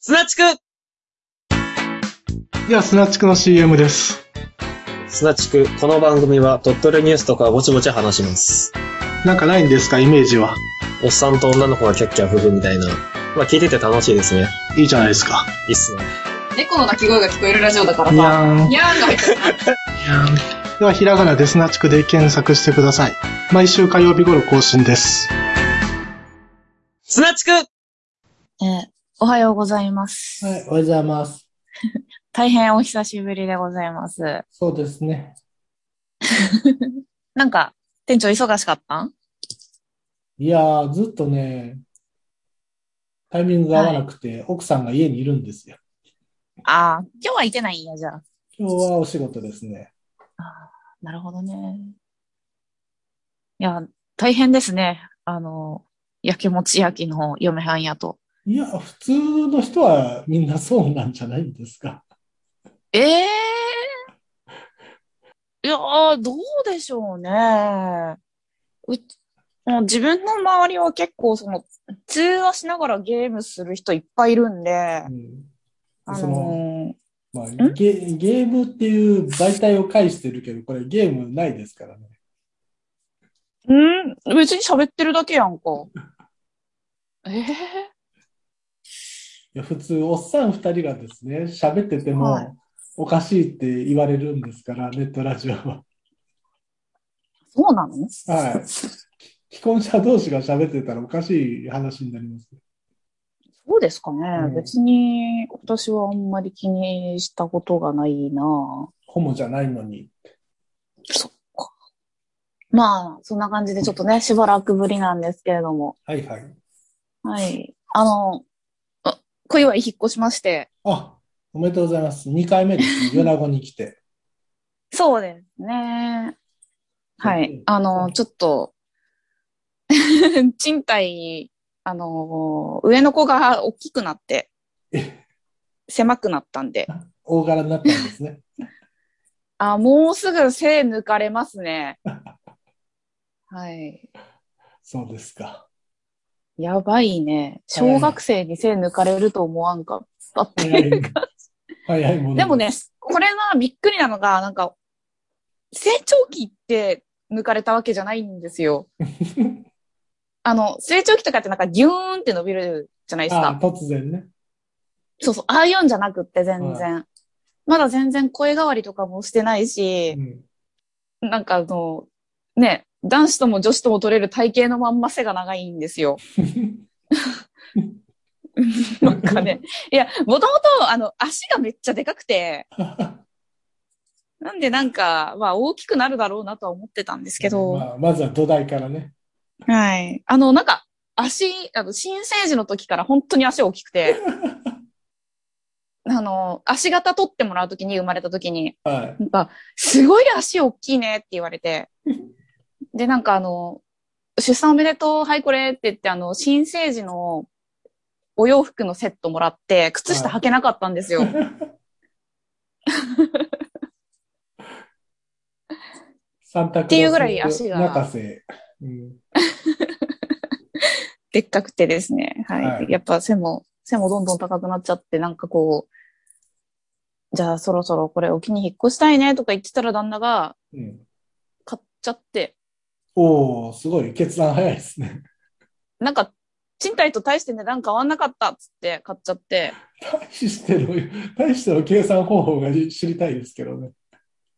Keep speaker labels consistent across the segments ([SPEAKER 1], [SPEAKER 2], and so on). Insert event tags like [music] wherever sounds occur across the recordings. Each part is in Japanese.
[SPEAKER 1] すなちく
[SPEAKER 2] では、スナチクの CM です。
[SPEAKER 1] すなちく、この番組は鳥取ニュースとかぼちぼち話します。
[SPEAKER 2] なんかないんですか、イメージは。
[SPEAKER 1] おっさんと女の子がキャッキャ夫婦みたいな。まあ聞いてて楽しいですね。
[SPEAKER 2] いいじゃないですか。
[SPEAKER 1] いいっすね。
[SPEAKER 3] 猫の鳴き声が聞こえるラジオだから
[SPEAKER 2] に
[SPEAKER 3] さ。
[SPEAKER 2] ゃーん。
[SPEAKER 3] にゃーんが入ってる。
[SPEAKER 2] では、ひらがなでスナチクで検索してください。毎週火曜日頃更新です。
[SPEAKER 1] すなちく
[SPEAKER 4] えーおはようございます。
[SPEAKER 5] はい、おはようございます。
[SPEAKER 4] 大変お久しぶりでございます。
[SPEAKER 5] そうですね。
[SPEAKER 4] [laughs] なんか、店長忙しかったん
[SPEAKER 5] いやー、ずっとね、タイミングが合わなくて、奥さんが家にいるんですよ。
[SPEAKER 4] ああ、今日はいてないんや、じゃあ。
[SPEAKER 5] 今日はお仕事ですね。
[SPEAKER 4] なるほどね。いや、大変ですね。あの、焼きもち焼きの嫁はんやと。
[SPEAKER 5] いや、普通の人はみんなそうなんじゃないんですか。
[SPEAKER 4] ええいやー、どうでしょうね。うちもう自分の周りは結構その、通話しながらゲームする人いっぱいいるんで
[SPEAKER 5] う、ん
[SPEAKER 4] あ
[SPEAKER 5] その
[SPEAKER 4] のー
[SPEAKER 5] まあ、ゲゲームっていう媒体を介してるけど、これゲームないですからね。
[SPEAKER 4] うん別に喋ってるだけやんか。ええ
[SPEAKER 5] いや普通、おっさん二人がですね、喋ってても、
[SPEAKER 4] はい
[SPEAKER 5] おかしいって言われるんですから、ネットラジオは。
[SPEAKER 4] そうなの
[SPEAKER 5] はい。既婚者同士が喋ってたらおかしい話になります。
[SPEAKER 4] そうですかね、
[SPEAKER 5] うん
[SPEAKER 4] 別に私はあんまり気にしたことがないな
[SPEAKER 5] ホモじゃないのに。
[SPEAKER 4] そっか。まあ、そんな感じでちょっとね、しばらくぶりなんですけれども。
[SPEAKER 5] はいはい。
[SPEAKER 4] はい。あの、あ小祝い引っ越しまして。
[SPEAKER 5] あ、おめでとうございます。2回目 [laughs] ですね。米子に来て。
[SPEAKER 4] そうですね。はい。あの、ちょっと、 [laughs] 賃貸、あの、上の子が大きくなって
[SPEAKER 5] え、
[SPEAKER 4] 狭くなったんで、
[SPEAKER 5] 大柄になったんですね。
[SPEAKER 4] あ、もうすぐ背抜かれますね。はい。
[SPEAKER 5] そうですか。
[SPEAKER 4] やばいね。小学生に背抜かれると思わんかったって
[SPEAKER 5] 早い。早いもの
[SPEAKER 4] でもね。、これがびっくりなのが、なんか、成長期って抜かれたわけじゃないんですよ。あの、成長期とかってなんかギューンって伸びるじゃないです
[SPEAKER 5] あ
[SPEAKER 4] か。
[SPEAKER 5] 突然ね。
[SPEAKER 4] そうそう、ああいうんじゃなくって全然。まだ全然声変わりとかもしてないうし、
[SPEAKER 5] ん
[SPEAKER 4] なんかあの、ね、男子とも女子とも取れる体型のまんま背が長いんですよ。なんかね。いや、もともとあの、足がめっちゃでかくて、 [laughs] なんでなんか、まあ大きくなるだろうなとは思ってたんですけど、
[SPEAKER 5] まあ、まずは土台からね。
[SPEAKER 4] はい。あの、なんか、足、あの、新生児の時から本当に足大きくて、 [laughs] あの、足型取ってもらう時に、生まれた時に、
[SPEAKER 5] はい。
[SPEAKER 4] なんか、すごい足大きいねって言われ
[SPEAKER 5] [laughs]
[SPEAKER 4] て、で、なんかあの、出産おめでとう、はいこれって言って、あの、新生児のお洋服のセットもらって、靴下履けなかったんですよ。
[SPEAKER 5] サンタクロース
[SPEAKER 4] っていうぐらい足が
[SPEAKER 5] 中瀬。うん
[SPEAKER 4] でっかくてですね。はい。
[SPEAKER 5] はい
[SPEAKER 4] やっぱ背も、背もどんどん高くなっちゃって、なんかこう、じゃあそろそろこれ沖に引っ越したいねとか言ってたら旦那が
[SPEAKER 5] うん。
[SPEAKER 4] 買っちゃって、
[SPEAKER 5] おおすごい。決断早いですね。 [laughs]
[SPEAKER 4] なんか賃貸と大して値段変わんなかったっつって買っちゃって、
[SPEAKER 5] 大しての、大しての計算方法が知りたいですけどね。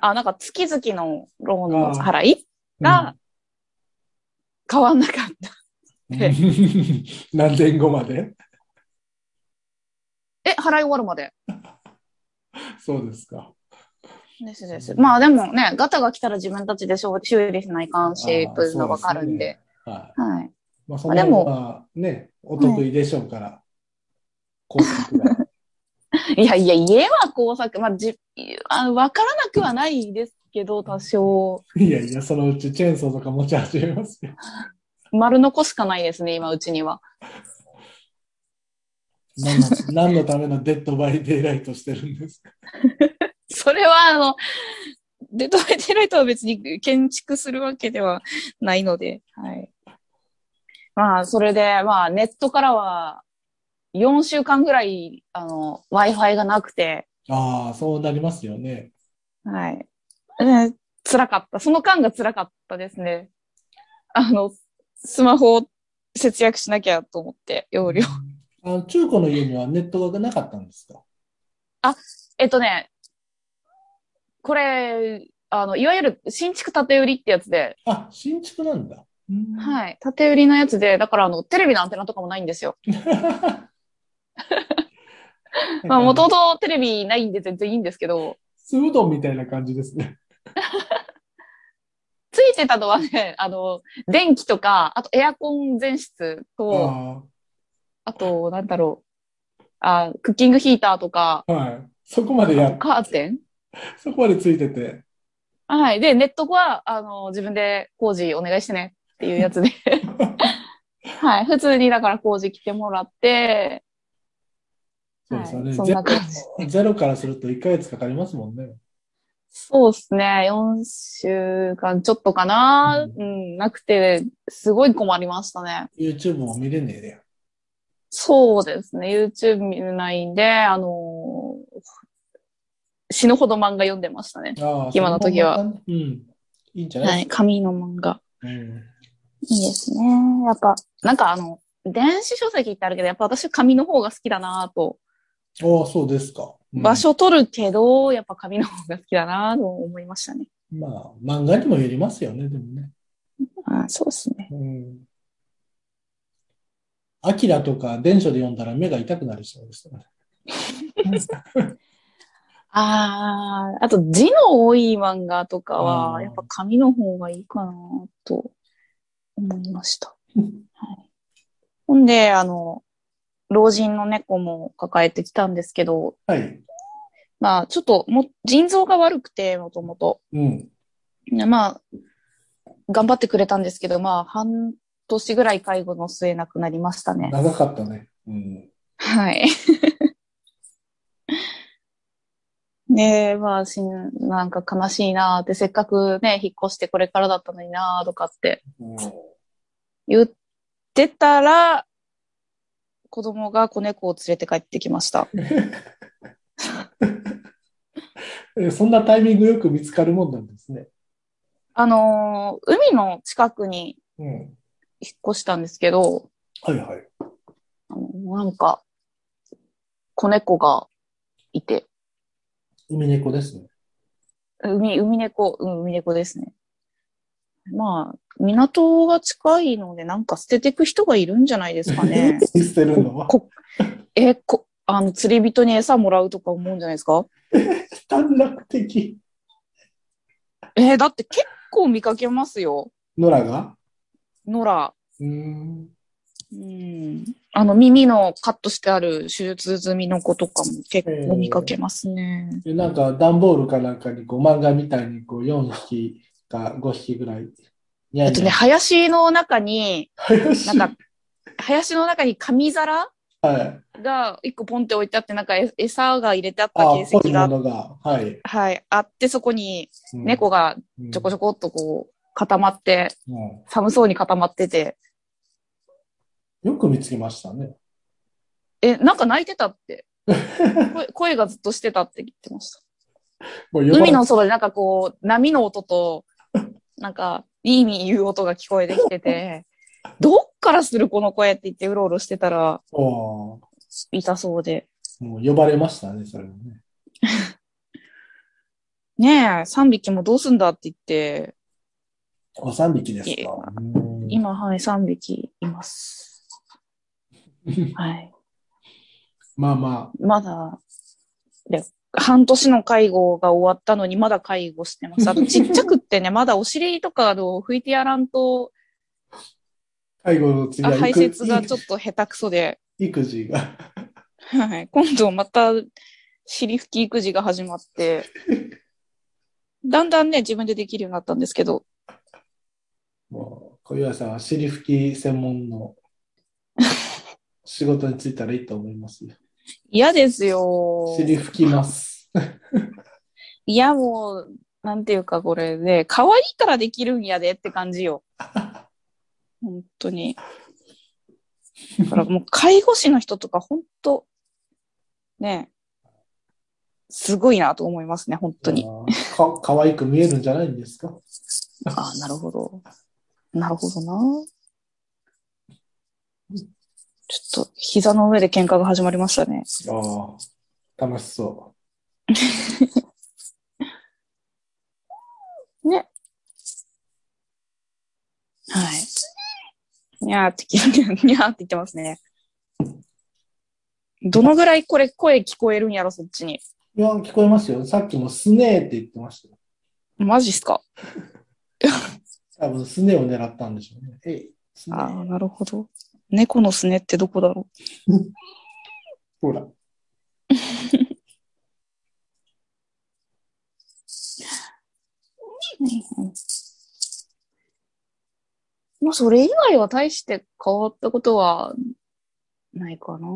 [SPEAKER 4] あ、なんか月々のローンの払い
[SPEAKER 5] うん
[SPEAKER 4] が変わんなかった。て
[SPEAKER 5] [laughs] 何年後まで [laughs]
[SPEAKER 4] え、払い終わるまで。
[SPEAKER 5] そうですか。
[SPEAKER 4] ですです。まあでもね、ガタが来たら自分たちで修理しないかんし
[SPEAKER 5] あ、ー
[SPEAKER 4] というのがわかるんで。。
[SPEAKER 5] そうすねはい。
[SPEAKER 4] はい。
[SPEAKER 5] まあ、その
[SPEAKER 4] で
[SPEAKER 5] 方
[SPEAKER 4] も
[SPEAKER 5] がね、お得意でしょうから。高速が。
[SPEAKER 4] いやいや、家は工作、まあ、じ、あわからなくはないですけど、多少、
[SPEAKER 5] いやいや、そのうちチェーンソーとか持ち始めますよ。
[SPEAKER 4] [laughs] 丸のこしかないですね、今、うちには。 [laughs]
[SPEAKER 5] 何の何のためのデッドバイデイライトしてるんですか。
[SPEAKER 4] [laughs] それは、あの、デトロイトライトは別に建築するわけではないので、はい。まあ、それで、まあ、ネットからは、 4週間ぐらい、あの、Wi-Fi がなくて、
[SPEAKER 5] ああ、そうなりますよね。
[SPEAKER 4] はい。ね、辛かった。その間が辛かったですね。あの、スマホを節約しなきゃと思って、容量。
[SPEAKER 5] あの中古の家にはネットがなかったんですか
[SPEAKER 4] えっとね、これ、あの、いわゆる新築建て売りってやつで、
[SPEAKER 5] あ、新築なんだ。うん
[SPEAKER 4] はい。建て売りのやつで、だからあの、テレビのアンテナとかもない
[SPEAKER 5] [laughs]
[SPEAKER 4] んですよ。まあ、もともとテレビないんで全然いいんですけど、
[SPEAKER 5] 酢うどんみたいな感じですね。
[SPEAKER 4] ついてたのはね、あの、電気とか、あとエアコン全室と、
[SPEAKER 5] あ
[SPEAKER 4] あと、なんだろう、あ、クッキングヒーターとか、
[SPEAKER 5] あ、はい。そこまでや、
[SPEAKER 4] カーテン
[SPEAKER 5] そこまでついてて。
[SPEAKER 4] はい。で、ネットは、あの、自分で工事お願いしてねっていうや
[SPEAKER 5] [laughs]
[SPEAKER 4] つで。はい。普通にだから工事来てもらって、
[SPEAKER 5] そうですよね。
[SPEAKER 4] はいそんな
[SPEAKER 5] ゼ
[SPEAKER 4] 感
[SPEAKER 5] ロゼロからすると1ヶ月かかりますもんね。
[SPEAKER 4] そうですね。4週間ちょっとかな、
[SPEAKER 5] う
[SPEAKER 4] うん、なくて、すごい困りましたね。
[SPEAKER 5] YouTube も見れねえでよ。
[SPEAKER 4] そうですね。YouTube 見れないんで、あの死ぬほど漫画読んでましたね。
[SPEAKER 5] ああ、
[SPEAKER 4] 今の時は
[SPEAKER 5] そんなもんかな。うん。いいんじゃ
[SPEAKER 4] は
[SPEAKER 5] ない
[SPEAKER 4] い。
[SPEAKER 5] で
[SPEAKER 4] 紙の漫画。
[SPEAKER 5] すか。うん
[SPEAKER 4] いいですね。やっぱ、なんかあの、電子書籍ってあるけど、やっぱ私は紙の方が好きだなと。
[SPEAKER 5] ああ、そうですか。うん
[SPEAKER 4] 場所取るけど、やっぱ紙の方が好きだなと思いましたね。
[SPEAKER 5] まあ、漫画にもよりますよね、でもね。
[SPEAKER 4] あそうですね。
[SPEAKER 5] うん。アキラとか電書で読んだら目が痛くなりそうですね。
[SPEAKER 4] ああ、あと字の多い漫画とか
[SPEAKER 5] あー
[SPEAKER 4] は、やっぱ紙の方がいいかなと思いま
[SPEAKER 5] [laughs]
[SPEAKER 4] した。はい、ほんで、あの、老人の猫も抱えてきたんですけど、
[SPEAKER 5] はい。
[SPEAKER 4] まあちょっとも、腎臓が悪くて、もともと。
[SPEAKER 5] うん。
[SPEAKER 4] まあ、頑張ってくれたんですけど、まあ、半年ぐらい介護の末亡くなりましたね。
[SPEAKER 5] 長かったね。うん。
[SPEAKER 4] はい。 [laughs] ねえ、まあ、しん、なんか悲しいなーって、せっかくね、引っ越してこれからだったのになーとかって
[SPEAKER 5] うん
[SPEAKER 4] 言ってたら、子供が子猫を連れて帰ってきました。
[SPEAKER 5] [laughs] えそんなタイミングよく見つかるもんなんですね。
[SPEAKER 4] あのー海の近くに
[SPEAKER 5] うん。
[SPEAKER 4] 引っ越したんですけど、
[SPEAKER 5] はいはい。
[SPEAKER 4] あのなんか、子猫がいて、
[SPEAKER 5] 海猫ですね。。
[SPEAKER 4] 海、海猫、うん、海猫ですね。まあ、港が近いので、なんか捨ててく人がいるんじゃないですかね
[SPEAKER 5] [laughs] 捨てるのは。
[SPEAKER 4] こえ、こ、あの、釣り人に餌もらうとか思うんじゃないですか
[SPEAKER 5] [laughs] 短絡的。
[SPEAKER 4] えーだって結構見かけますよ。
[SPEAKER 5] 野良が
[SPEAKER 4] 野良。
[SPEAKER 5] うーん。
[SPEAKER 4] うん。あの、耳のカットしてある手術済みの子とかも結構見かけますね。
[SPEAKER 5] でなんか段ボールかなんかにこう漫画みたいにこう4匹か5匹ぐらい。いや [laughs]
[SPEAKER 4] あとね、林の中に、
[SPEAKER 5] 林。
[SPEAKER 4] なんか、林の中に紙皿
[SPEAKER 5] はい。
[SPEAKER 4] が一個ポンって置いてあって、なんかえ餌が入れてあった
[SPEAKER 5] あ、
[SPEAKER 4] 形
[SPEAKER 5] ぽ
[SPEAKER 4] 跡
[SPEAKER 5] い
[SPEAKER 4] が
[SPEAKER 5] ものが。はい。
[SPEAKER 4] はい、あって、そこに猫
[SPEAKER 5] が
[SPEAKER 4] が
[SPEAKER 5] ち
[SPEAKER 4] ちょこちょこっとこう固まって、寒そうに固まってて、
[SPEAKER 5] よく見つけましたね。
[SPEAKER 4] え、なんか泣いてたって。声 [laughs] 声がずっとしてたって言ってました。
[SPEAKER 5] もう呼ば
[SPEAKER 4] 海のそばでなんかこう、波の音と、なんか、いい味言う音が聞こえてきて
[SPEAKER 5] [laughs]
[SPEAKER 4] て、どっからするこの声って言ってうろうろしてたら、
[SPEAKER 5] お
[SPEAKER 4] 痛そうで。
[SPEAKER 5] ーもう呼ばれましたね、それもね。
[SPEAKER 4] ねえ、3匹もどうすんだって言って、
[SPEAKER 5] お、3匹ですか。うーん
[SPEAKER 4] 今、はい、3匹います。はい。
[SPEAKER 5] まあま
[SPEAKER 4] まだ、で、半年の介護が終わったのにまだ介護してます。あとちっちゃくっ
[SPEAKER 5] [laughs]
[SPEAKER 4] てね、まだお尻とかあの拭いてやらんと、
[SPEAKER 5] あ、介護の次
[SPEAKER 4] あ
[SPEAKER 5] は
[SPEAKER 4] 排
[SPEAKER 5] 育
[SPEAKER 4] 泄がちょっと下手くそで、
[SPEAKER 5] 育児
[SPEAKER 6] [laughs]
[SPEAKER 5] が。
[SPEAKER 4] はい、今度また尻拭き育児が始ま
[SPEAKER 5] [laughs]
[SPEAKER 4] って、だんだんね、自分でできるようになったんですけど、
[SPEAKER 5] もう、小岩さんは尻拭き専門の仕事に就いたらいいと思います
[SPEAKER 6] [laughs]
[SPEAKER 5] よ。
[SPEAKER 4] 嫌ですよ。
[SPEAKER 5] 尻拭きます。
[SPEAKER 4] いや、もう、なんていうかこれね、可愛いからできるんやでって感じよ。本当に。だからもう介護士の人とか本当ねえすごいなと思いますね、本当
[SPEAKER 6] [laughs]
[SPEAKER 4] に。
[SPEAKER 6] か、可愛く見えるんじゃないんですか
[SPEAKER 4] ああ、なるほど。なるほどな。ちょっと膝の上で喧嘩が始まりましたね。
[SPEAKER 6] ああ、楽しそ
[SPEAKER 4] はい。にゃーって聞いて、にゃーって言ってますね。どのぐらいこれ声聞こえるんやろ、そっちに。
[SPEAKER 6] う。いや、聞こえますよ。さっきもスネーって言ってましたよ。
[SPEAKER 4] マジっすか
[SPEAKER 6] 多分スネーを狙ったんでしょうね。えい、スネ
[SPEAKER 4] ああ、
[SPEAKER 6] ー。
[SPEAKER 4] なるほど。猫のすねってどこだろ
[SPEAKER 6] ほら。
[SPEAKER 4] う。まあ、それ以外は大して変わったことはないか [laughs] な。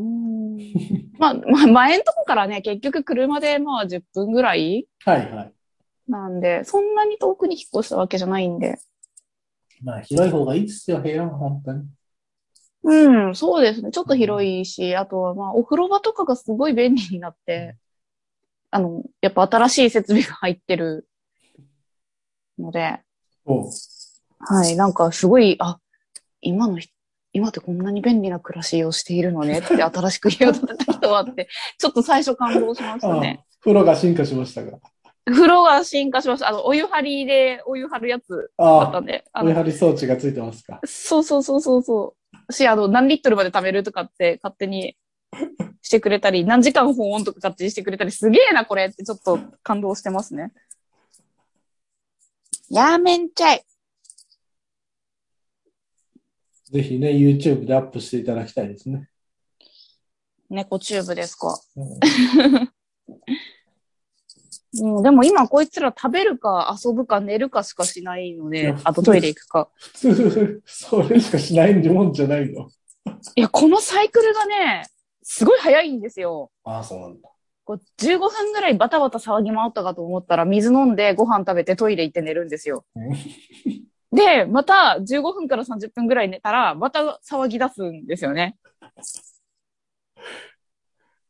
[SPEAKER 4] まあ、まあ、前のとこからね、結局車でまあ10分ぐらい
[SPEAKER 6] はいはい。
[SPEAKER 4] なんで、そんなに遠くに引っ越したわけじゃないんで。
[SPEAKER 6] まあ、広い方がいいですよ、部屋は本当に。
[SPEAKER 4] うん、そうですね。ちょっと広いし、あとはまあ、お風呂場とかがすごい便利になって、あの、やっぱ新しい設備が入ってるので、
[SPEAKER 6] おう
[SPEAKER 4] はい、なんかすごい、あ、今の人、今ってこんなに便利な暮らしをしているのね
[SPEAKER 6] [laughs]
[SPEAKER 4] って新しく家を建てた人はあって、ちょっと最初感動しました
[SPEAKER 6] あ
[SPEAKER 4] ね。
[SPEAKER 6] あ風呂が進化しましたが。
[SPEAKER 4] 風呂が進化しました。あの、お湯張りで、お湯張るやつだった
[SPEAKER 6] あ
[SPEAKER 4] んで、
[SPEAKER 6] あ、
[SPEAKER 4] あ
[SPEAKER 6] 追い
[SPEAKER 4] の、
[SPEAKER 6] 張り装置がついてますか。
[SPEAKER 4] そうそうそうそうそう。し、あの、何リットルまで貯めるとかって勝手にしてくれたり、何時間保温とか勝手にしてくれたり、すげえな、これってちょっと感動してますね。やめんちゃい。
[SPEAKER 6] ぜひね、YouTube でアップしていただきたいですね。
[SPEAKER 4] 猫チューブですか。
[SPEAKER 6] うん
[SPEAKER 4] うん、でも今こいつら食べるか遊ぶか寝るかしかしないの
[SPEAKER 6] い
[SPEAKER 4] で
[SPEAKER 6] や、
[SPEAKER 4] あとトイレ行くか。
[SPEAKER 6] 普通、それしかしないもんじゃないの。
[SPEAKER 4] いや、このサイクルがね、すごい早いんですよ。
[SPEAKER 6] ああ、そうなんだ。
[SPEAKER 4] こう15分ぐらいバタバタ騒ぎ回ったかと思ったら、水飲んでご飯食べてトイレ行って寝るんですよ。で、また15分から30分ぐらい寝たら、また騒ぎ出すんですよね。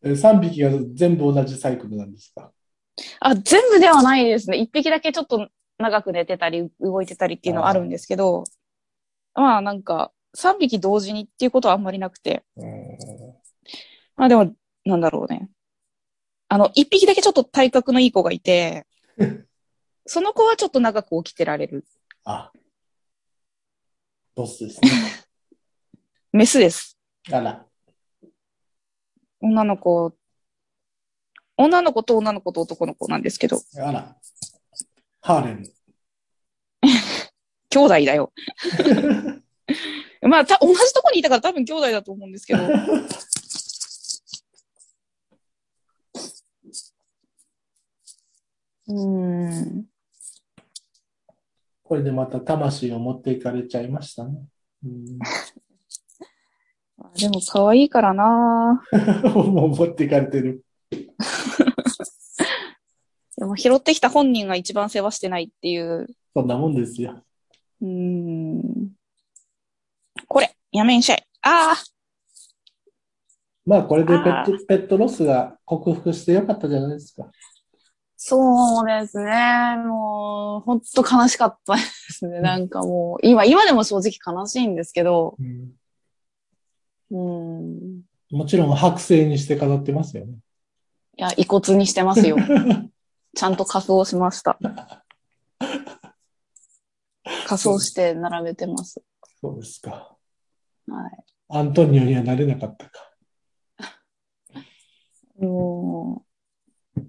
[SPEAKER 6] え3匹が全部同じサイクルなんですか。
[SPEAKER 4] あ、全部ではないですね。一匹だけちょっと長く寝てたり、動いてたりっていうのはあるんですけど、まあなんか、3匹同時にっていうことはあんまりなくて。まあでも、なんだろうね。あの、一匹だけちょっと体格のいい子がい [laughs] て、その子はちょっと長く起きてられる。
[SPEAKER 6] あ、ボスですね。
[SPEAKER 4] メスです。
[SPEAKER 6] [laughs] あら、
[SPEAKER 4] 女の子、女の子と女の子と男の子なんですけど、
[SPEAKER 6] あら、ハーレム。
[SPEAKER 4] 兄弟だよ。 [laughs] まあ、た同じとこにいたから多分兄弟だと思うんですけど。 [laughs] うーん。
[SPEAKER 6] これでまた魂を持っていかれちゃいましたね。うん [laughs]
[SPEAKER 4] でも可愛いからな
[SPEAKER 6] もう持っていかれてる。
[SPEAKER 4] でも拾ってきた本人が一番世話してないっていう。
[SPEAKER 6] そんなもんですよ。
[SPEAKER 4] うーん。これ、やめんしゃい。ああ、
[SPEAKER 6] まあ、これでペッ
[SPEAKER 4] あ
[SPEAKER 6] トペットロスが克服してよかったじゃないですか。
[SPEAKER 4] そうですね。もう、ほんと悲しかったですね。なんかもう、今、今でも正直悲しいんですけど、うーん。
[SPEAKER 6] もちろん剥製にして飾ってますよね。
[SPEAKER 4] いや、遺骨にしてますよ。ちゃんと仮装しました。仮装して並べてます。
[SPEAKER 6] そうですか。
[SPEAKER 4] は
[SPEAKER 6] アントニオにはなれなかったか。
[SPEAKER 4] い。もう。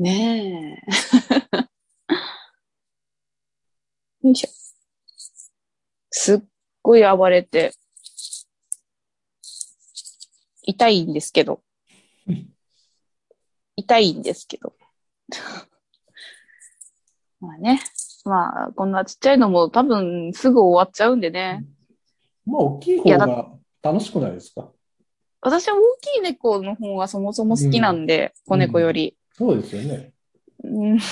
[SPEAKER 4] ねえ。 [laughs] よいしょ。すっごい暴れて、痛いんですけど。痛いんですけど。 [laughs] まあね。まあ、こんなちっちゃいのも多分すぐ終わっちゃうんでね。
[SPEAKER 6] まあ、大きい
[SPEAKER 4] い
[SPEAKER 6] 方
[SPEAKER 4] やだ
[SPEAKER 6] が楽しくないですか。
[SPEAKER 4] 私は大きい猫の方がそもそも好きなんで、
[SPEAKER 6] う
[SPEAKER 4] 子
[SPEAKER 6] ん
[SPEAKER 4] 猫より。
[SPEAKER 6] そうですよね。
[SPEAKER 4] うん [laughs]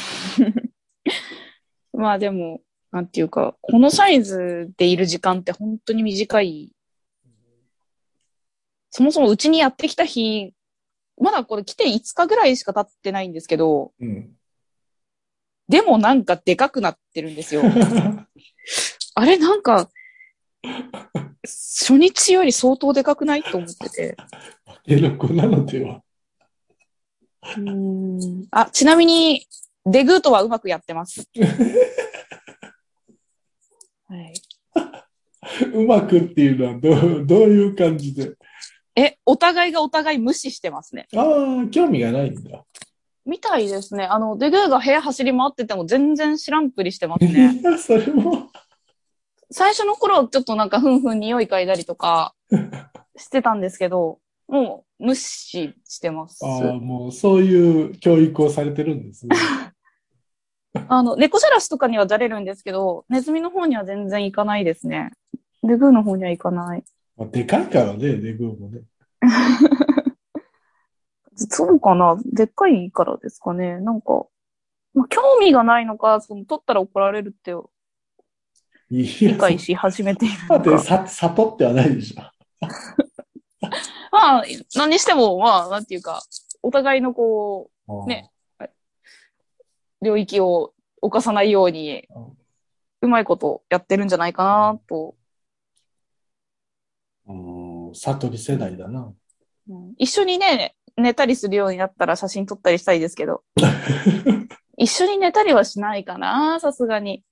[SPEAKER 4] まあでも、なんていうか、このサイズでいる時間って本当に短いそもそもうちにやってきた日、まだこれ来て5日ぐらいしか経ってないんですけど、
[SPEAKER 6] [laughs] うん。
[SPEAKER 4] でもなんかでかくなってるんですよ。あれなんか、初日より相当でかくないと思ってて。
[SPEAKER 6] え、こなのでは。
[SPEAKER 4] あ、ちなみに、デグーとはうまくやってます。はい、
[SPEAKER 6] うまくっていうのはどう、どういう感じで。
[SPEAKER 4] え、お互いがお互い無視してますね。
[SPEAKER 6] ああ、興味がないんだ。
[SPEAKER 4] みたいですね。あの、デグーが部屋走り回ってても全然知らんぷりしてますね。 [laughs]
[SPEAKER 6] いや、それも、
[SPEAKER 4] 最初の頃、ちょっとなんかふんふん匂い嗅いだりと [laughs] かしてたんですけど、もう無視してます。
[SPEAKER 6] ああ、もうそういう教育をされてるんです [laughs] ね。
[SPEAKER 4] あの、猫じゃらしとかにはじゃれるんですけど、ネズミの方には全然行かないですね。で、グーの方には行かない。
[SPEAKER 6] まあ、でかいからね、レグーもね。
[SPEAKER 4] そうかなでっかいからですかね。なんか、まあ、興味がないのか、その、取ったら怒られるって
[SPEAKER 6] いや、
[SPEAKER 4] 理解し始めている
[SPEAKER 6] そ
[SPEAKER 4] の
[SPEAKER 6] こまで
[SPEAKER 4] か。
[SPEAKER 6] さ悟ってはないでしょ。
[SPEAKER 4] まあ、何にしても、まあ、なんていうか、お互いのこ
[SPEAKER 6] ああ
[SPEAKER 4] ね。う、領域を犯さないように
[SPEAKER 6] うん、
[SPEAKER 4] うまいことやってるんじゃないかな、と。
[SPEAKER 6] うん、悟り世代だな。
[SPEAKER 4] うん一緒にね、寝たりするようになったら写真撮ったりしたいですけど。一緒に寝たりはしないかな、さすがに。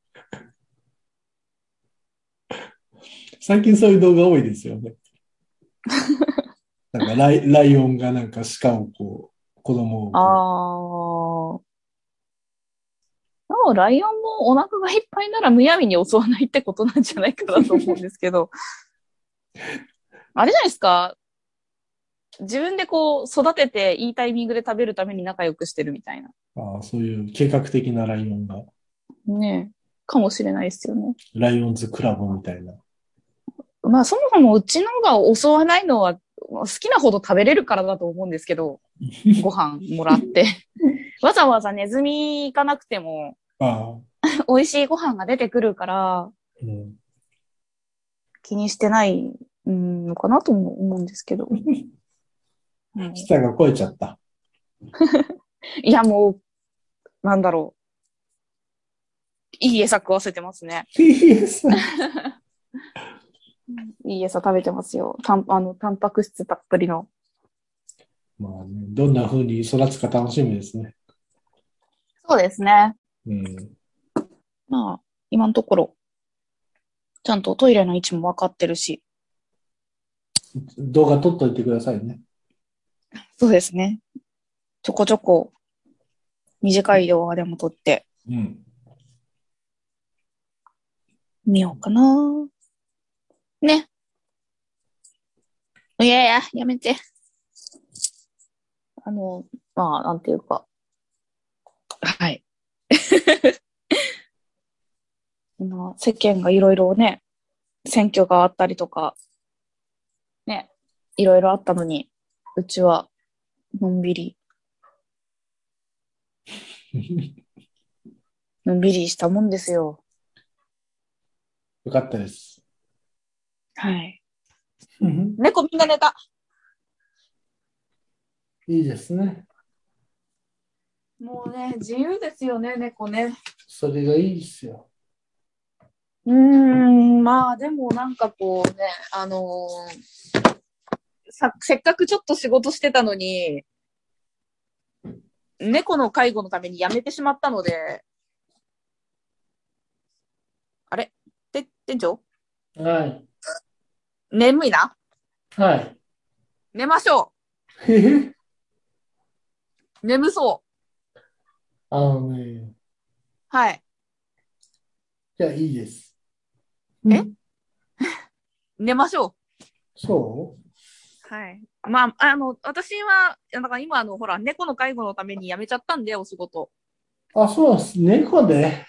[SPEAKER 6] 最近そういう動画多いで
[SPEAKER 4] [laughs]
[SPEAKER 6] すよね。なんかライライオンがなんか鹿をこう、子供を
[SPEAKER 4] あ
[SPEAKER 6] こ
[SPEAKER 4] ー。でも、ライオンもお腹がいっぱいならむやみに襲わないってことなんじゃないかなと思うんですけど。あれじゃないですか自分でこう育てていいタイミングで食べるために仲良くしてるみたいな。
[SPEAKER 6] うああ、そういう計画的なライオンが、
[SPEAKER 4] ねえ。かもしれないですよね。
[SPEAKER 6] ライオンズクラブみたいな。
[SPEAKER 4] まあそもそもうちのが襲わないのは好きなほど食べれるからだと思うんですけど、ご飯もらって。わざわざネズミ行かなくても
[SPEAKER 6] ああ、
[SPEAKER 4] 美味しいご飯が出てくるから
[SPEAKER 6] うん。
[SPEAKER 4] 気にしてないうんのかなとも思うんですけど。うん
[SPEAKER 6] 舌が超えちゃった。 [laughs]
[SPEAKER 4] いやもう、なんだろう。いい餌食わせてますね。いい餌食べてますよ。たんあの、タンパク質たっぷりの。
[SPEAKER 6] まあね、どんな風に育つか楽しみですね。
[SPEAKER 4] そうですね。
[SPEAKER 6] うん。
[SPEAKER 4] まあ、今のところ、ちゃんとトイレの位置も分かってるし。
[SPEAKER 6] 動画撮っといてくださいね。
[SPEAKER 4] そうですね。ちょこちょこ、短い動画でも撮って
[SPEAKER 6] うん。
[SPEAKER 4] みようかな。ね。いやいや、やめて。あの、まあ、なんていうか。はい。 [laughs] まあ世間がいろいろね、選挙があったりとか、ね、いろいろあったのに、うちは、のんび [laughs] り、のんびりしたもんですよ。
[SPEAKER 6] よかったです。
[SPEAKER 4] はい。猫みんな寝た。
[SPEAKER 6] いいですね。
[SPEAKER 4] もうね、自由ですよね、猫ね。
[SPEAKER 6] それがいいですよ。
[SPEAKER 4] うーん、まあでもなんかこうね、あのーさ、せっかくちょっと仕事してたのに、猫の介護のために辞めてしまったので、あれて、店長
[SPEAKER 6] はい。
[SPEAKER 4] 眠いな
[SPEAKER 6] [laughs] はい。
[SPEAKER 4] 寝ましょう眠そう
[SPEAKER 6] あのね、
[SPEAKER 4] はい。
[SPEAKER 6] いや、いいです。
[SPEAKER 4] え寝ましょう
[SPEAKER 6] そ
[SPEAKER 4] はい。まあ、あの、私は、なんか今、あの、ほら、猫の介護のために辞めちゃったんで、お仕事。
[SPEAKER 6] うあ、そうです。猫で。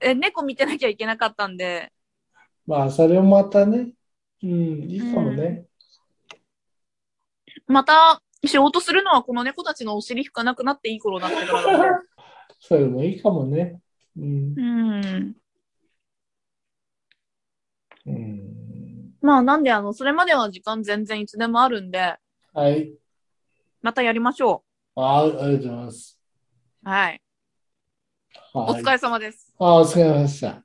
[SPEAKER 4] え、猫見てなきゃいけなかったんで、
[SPEAKER 6] まあ、それもまたね。うん、いいかもね。
[SPEAKER 4] また、仕事するのはこの猫たちのお尻拭かなくなっていい頃になってからなんで。
[SPEAKER 6] それもいいかもね。うん。
[SPEAKER 4] うん。
[SPEAKER 6] うん。
[SPEAKER 4] まあなんであの、それまでは時間全然いつでもあるんで、
[SPEAKER 6] はい。
[SPEAKER 4] またやりましょ
[SPEAKER 6] あありがとうございます。
[SPEAKER 4] う。はい。お
[SPEAKER 6] はい
[SPEAKER 4] 疲れ様です。 [laughs]
[SPEAKER 6] ああ、お疲れ様でした。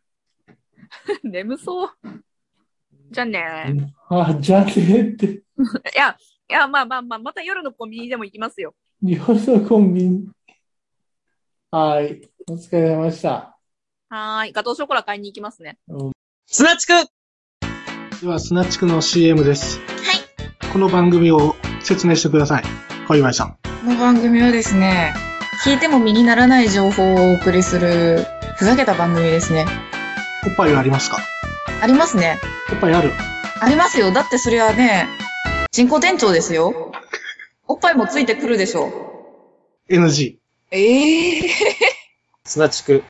[SPEAKER 4] 眠そう。じゃあね。
[SPEAKER 6] ああ、じゃあねって。
[SPEAKER 4] いや、いや、まあまあまあ、また夜のコンビニでも行きますよ。
[SPEAKER 6] 日本のコンビニ。はい。お疲れ様でした。
[SPEAKER 4] はーい。ガトーショコラ買いに行きますね。
[SPEAKER 1] すなちく
[SPEAKER 5] では、スナチクの CM です。この番組を説明してください。小岩井さん。
[SPEAKER 3] この番組はですね、聞いても身にならない情報をお送りする、ふざけた番組ですね。
[SPEAKER 5] おっぱいはありますか
[SPEAKER 3] ありますね。
[SPEAKER 5] おっぱいある。
[SPEAKER 3] ありますよ。だってそれはね、人工店長ですよ。おっぱいもついてくるでしょ
[SPEAKER 5] NG。
[SPEAKER 3] ええ
[SPEAKER 1] すなちく